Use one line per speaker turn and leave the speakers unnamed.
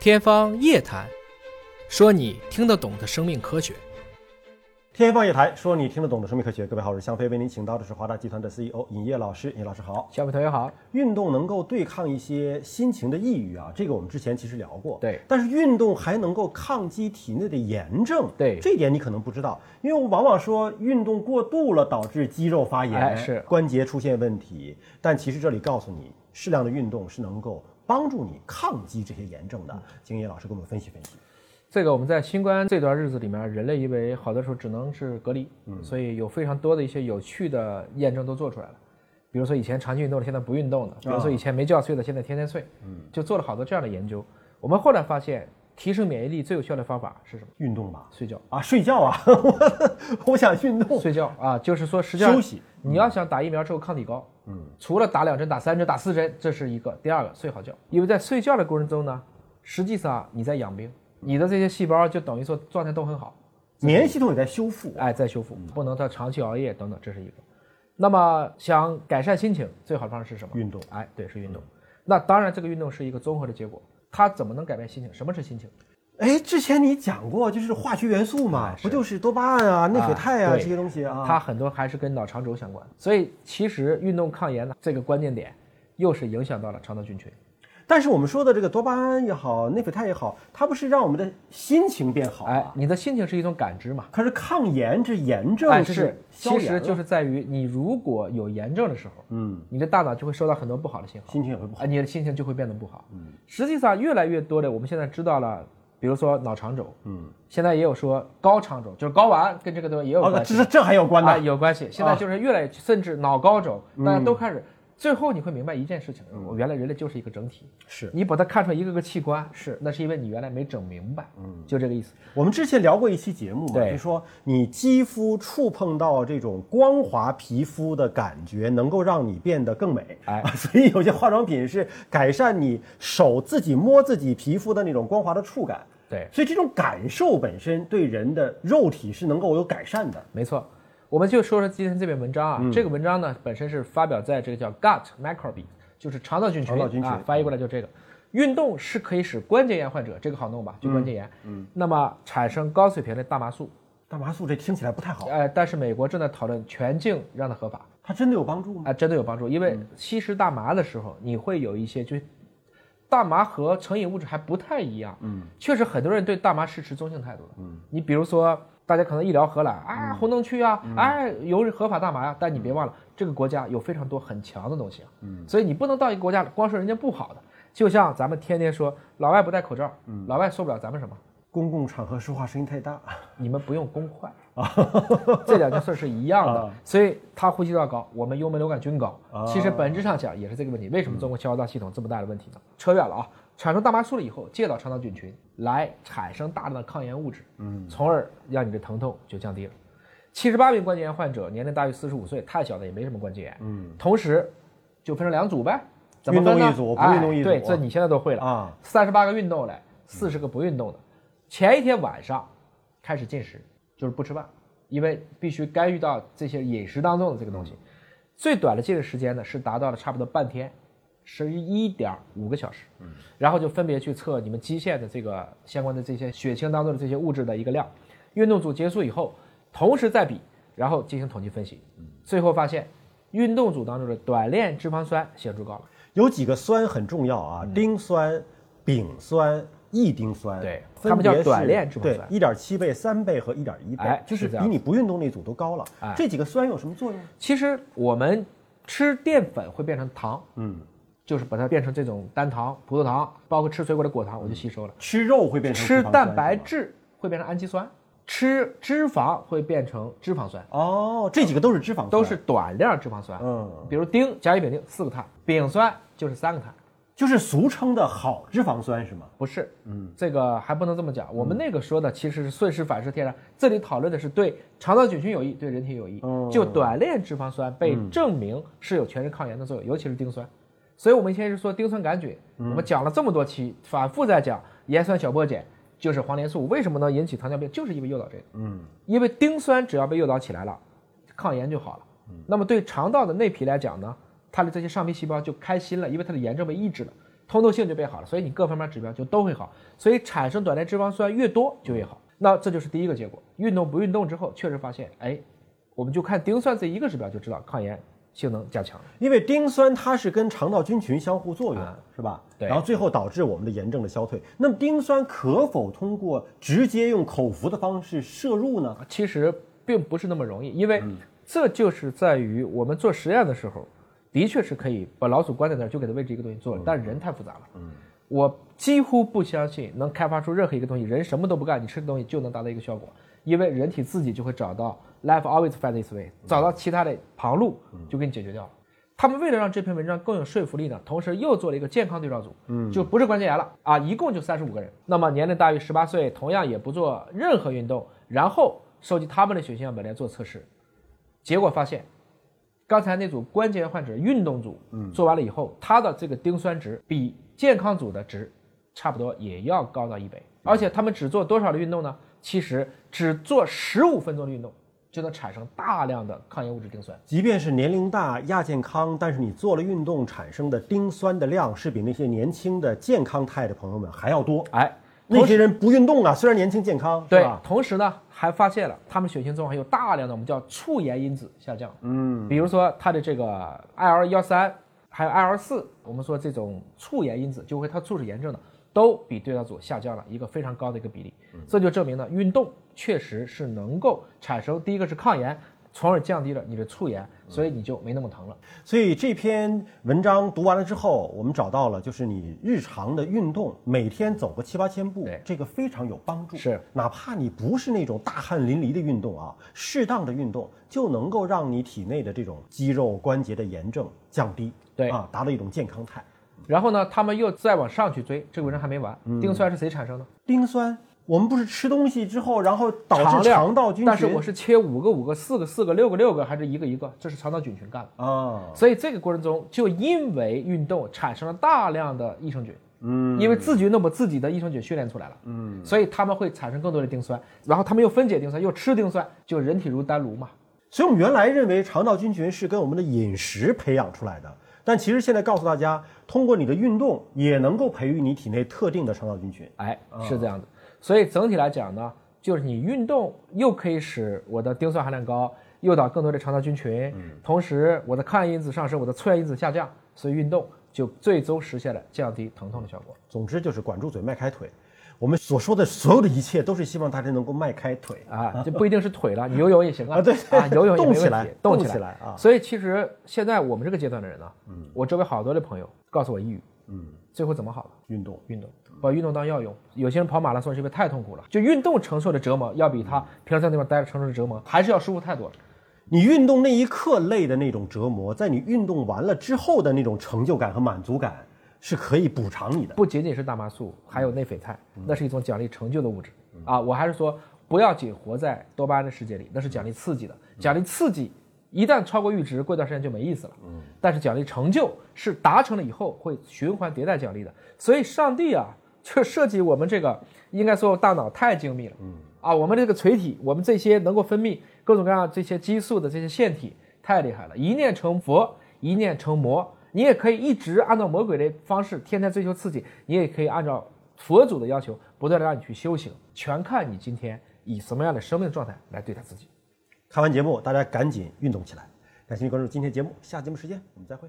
天方夜谭，说你听得懂的生命科学。
天方夜谭，说你听得懂的生命科学。各位好，我是向飞，为您请到的是华大集团的 CEO 尹烨老师。尹老师好，
小米同学好，
运动能够对抗一些心情的抑郁啊，这个我们之前其实聊过。
对
但是运动还能够抗击体内的炎症。
对
这点你可能不知道，因为我们往往说运动过度了导致肌肉发炎，
哎是
关节出现问题，但其实这里告诉你，适量的运动是能够帮助你抗击这些炎症
嗯
的。请尹老师给我们分析分析。
这个我们在新冠这段日子里面，人类因为好多时候只能是隔离，所以有非常多的一些有趣的验证都做出来了。比如说以前长期运动的，现在不运动了；比如说以前没觉睡的，现在天天睡。嗯，就做了好多这样的研究。我们后来发现，提升免疫力最有效的方法是什么？
运动吧，
睡觉。
啊，睡觉啊， 我我想运动。
睡觉啊，就是说实际上
哦休息。嗯
你要想打疫苗之后抗体高，嗯，除了打两针、打三针、打四针，这是一个。第二个，睡好觉，因为在睡觉的过程中呢，实际上你在养病，你的这些细胞就等于说状态都很好，
免疫系统也在修复。
哎，再修复，
嗯
不能再长期熬夜等等，这是一个。那么想改善心情，最好的方式是什么？
运动。嗯
哎，对，是运动。那当然，这个运动是一个综合的结果，它怎么能改变心情？什么是心情？
哎，之前你讲过，就是化学元素嘛，不就是多巴胺啊、内啡肽啊
啊对
这些东西啊？
它很多还是跟脑肠轴相关。所以其实运动抗炎呢，这个关键点又是影响到了肠道菌群。
但是我们说的这个多巴胺也好，内啡肽也好，它不是让我们的心情变好
哎
啊，，
你的心情是一种感知嘛？
可是抗炎这炎
哎，
症
是，
消
其
炎
实
了，
就是在于你如果有炎症的时候，
嗯，
你的大脑就会收到很多不好的信号，
心情也会不好。
哎，你的心情就会变得不好。嗯，实际上越来越多的，我们现在知道了，比如说脑肠轴，
嗯，
现在也有说高肠轴，就是睾丸跟这个东西也有
哦，
关
这
系，
这这还有关
啊
的，嗯
有关系。现在就是越来越，甚至脑高轴，大家都开始。最后你会明白一件事情，我原来人类就是一个整体，
是
你把它看成一个个器官，是那是因为你原来没整明白，嗯，就这个意思。
我们之前聊过一期节目嘛，
对
就说你肌肤触碰到这种光滑皮肤的感觉，能够让你变得更美。
哎
所以有些化妆品是改善你手自己摸自己皮肤的那种光滑的触感。
对，
所以这种感受本身对人的肉体是能够有改善的。
没错，我们就说说今天这篇文章啊。这个文章呢，本身是发表在这个叫 Gut Microbe，就是肠道菌群
肠道菌群
啊，翻译过来就这个。运动是可以使关节炎患者，这个好弄吧，就关节炎，嗯，那么产生高水平的大麻素，
大麻素这听起来不太好，
呃，但是美国正在讨论全境让它合法，
它真的有帮助吗？
啊，真的有帮助，因为吸食大麻的时候，你会有一些就是。大麻和成瘾物质还不太一样，嗯，确实很多人对大麻是持中性态度的，嗯，你比如说，大家可能一聊荷兰啊，红灯区啊，哎，有合法大麻呀、但你别忘了，这个国家有非常多很强的东西啊，嗯，所以你不能到一个国家光说人家不好的，就像咱们天天说老外不戴口罩，嗯，老外受不了咱们什么，
公共场合说话声音太大，
你们不用公筷，
啊
这两件事是一样的，所以他呼吸道高，我们幽门流感均高。
啊
其实本质上讲也是这个问题。为什么中国消化道系统这么大的问题呢？扯远了啊，产生大麻素了以后，介导肠道菌群来产生大量的抗炎物质，嗯，从而让你的疼痛就降低了。七十八名关节炎患者年龄大于四十五岁，太小的也没什么关节炎，嗯，同时就分成两组呗，怎么分呢
运动一组不运动一组
哎对，这你现在都会了
啊，
三十八个运动的，四十个不运动的，前一天晚上开始进食，就是不吃饭，因为必须干预到这些饮食当中的这个东西。最短的进食时间呢是达到了差不多半天，十一点五个小时。嗯，然后就分别去测你们基线的这个相关的这些血清当中的这些物质的一个量。运动组结束以后，同时再比，然后进行统计分析，最后发现运动组当中的短链脂肪酸显著高了。
有几个酸很重要
嗯
啊，丁酸、丙酸、异丁酸，
对
分别
它们
是
叫短链脂肪酸
对，一点七倍、三倍和一点一倍，
哎
就是
是这
比
样哎
你不运动那组都高了。这几个酸有什么作用？
其实我们吃淀粉会变成糖，
嗯，
就是把它变成这种单糖、葡萄糖，包括吃水果的果糖，我就吸收了。
吃肉嗯会变成
吃
脂肪酸
蛋白
是吧
质会变成氨基酸，吃脂肪会变成脂肪酸，
哦，这几个都是脂肪酸，
都是短链脂肪酸。
嗯，
比如丁甲乙丙丁四个碳，丙酸就是三个碳。
就是俗称的好脂肪酸是吗？
不是，嗯，这个还不能这么讲。我们那个说的其实是顺势反射天然，这里讨论的是对肠道菌群有益，对人体有益。
哦
就短链脂肪酸被证明是有全身抗炎的作用，尤其是丁酸。所以我们先是说丁酸杆菌，我们讲了这么多期，反复在讲盐酸小檗碱就是黄连素，为什么能引起糖尿病？就是因为诱导这个。
嗯，
因为丁酸只要被诱导起来了，抗炎就好了。那么对肠道的内皮来讲呢，它的这些上皮细胞就开心了，因为它的炎症被抑制了，通透性就变好了，所以你各方面指标就都会好，所以产生短链脂肪酸越多就越好。那这就是第一个结果。运动不运动之后，确实发现，哎，我们就看丁酸这一个指标就知道抗炎性能加强了。
因为丁酸它是跟肠道菌群相互作用，是吧？
啊对
然后最后导致我们的炎症的消退。那么丁酸可否通过直接用口服的方式摄入呢？
其实并不是那么容易，因为这就是在于我们做实验的时候，的确是可以把老鼠关在那儿就给它喂这一个东西做了，但是人太复杂了。嗯，我几乎不相信能开发出任何一个东西，人什么都不干，你吃的东西就能达到一个效果，因为人体自己就会找到 life always finds its way，找到其他的旁路就给你解决掉了。他们为了让这篇文章更有说服力呢，同时又做了一个健康对照组，嗯，就不是关节炎了啊，一共就三十五个人，那么年龄大于十八岁，同样也不做任何运动，然后收集他们的血型样本来做测试，结果发现，刚才那组关节炎患者运动组，嗯，做完了以后，他的这个丁酸值比健康组的值差不多也要高到一倍，而且他们只做多少的运动呢？其实只做十五分钟的运动就能产生大量的抗炎物质丁酸。
即便是年龄大、亚健康，但是你做了运动产生的丁酸的量是比那些年轻的健康态的朋友们还要多。
哎，
那些人不运动啊，虽然年轻健康，是
对
吧？，
同时呢，还发现了他们血清中含有大量的我们叫促炎因子下降。嗯，比如说它的这个 IL 幺三，还有 IL 四，我们说这种促炎因子，就会它促使炎症的，都比对照组下降了一个非常高的一个比例。
嗯
这就证明呢，运动确实是能够产生第一个是抗炎，从而降低了你的促炎，
嗯
所以你就没那么疼了。
所以这篇文章读完了之后，我们找到了，就是你日常的运动，每天走个七八千步
对，
这个非常有帮助。
是，
哪怕你不是那种大汗淋漓的运动啊，适当的运动就能够让你体内的这种肌肉关节的炎症降低，
对
啊，达到一种健康态。
然后呢，他们又再往上去追，这个文章还没完。
嗯
丁酸是谁产生的？
丁酸，我们不是吃东西之后，然后导
常
致
量
肠道菌群，
但是我是切五个五个四个四个六个六个还是一个一个，这是肠道菌群干的。
啊，
所以这个过程中，就因为运动产生了大量的益生菌，
嗯，
因为自己运动把自己的益生菌训练出来了，嗯，所以他们会产生更多的丁酸，然后他们又分解丁酸，又吃丁酸，就人体如丹炉嘛。
所以我们原来认为肠道菌群是跟我们的饮食培养出来的，但其实现在告诉大家，通过你的运动也能够培育你体内特定的肠道菌群。
哎，是这样的。所以整体来讲呢，就是你运动又可以使我的丁酸含量高，诱导更多的肠道菌群，
嗯
同时我的抗炎因子上升，我的促炎因子下降，所以运动就最终实现了降低疼痛的效果。
总之就是管住嘴，迈开腿。我们所说的所有的一切，都是希望大家能够迈开腿。
啊，这不一定是腿 了，你游泳也行啊，
啊对
啊，游泳也没问
动
题
起来
动
动
起
起来啊嗯
所以其实现在我们这个阶段的人呢，我周围好多的朋友告诉我抑郁，嗯，最后怎么好的？
运动，
运动，把运动当药用。有些人跑马拉松是因为太痛苦了，就运动承受的折磨要比他平常在那边待着承受的折磨还是要舒服太多了。
你运动那一刻累的那种折磨，在你运动完了之后的那种成就感和满足感，是可以补偿你的。
不仅仅是大麻素，还有内啡肽，那是一种奖励成就的物质啊。我还是说，不要仅活在多巴胺的世界里，那是奖励刺激的，奖励刺激一旦超过阈值，过段时间就没意思了。但是奖励成就是达成了以后会循环迭代奖励的，所以上帝啊，却设计我们这个，应该说大脑太精密了。啊，我们这个垂体，我们这些能够分泌各种各样这些激素的这些腺体太厉害了，一念成佛，一念成魔。你也可以一直按照魔鬼的方式，天天追求刺激；你也可以按照佛祖的要求，不断的让你去修行，全看你今天以什么样的生命状态来对待自己。
看完节目，大家赶紧运动起来。感谢您关注今天节目，下节目时间我们再会。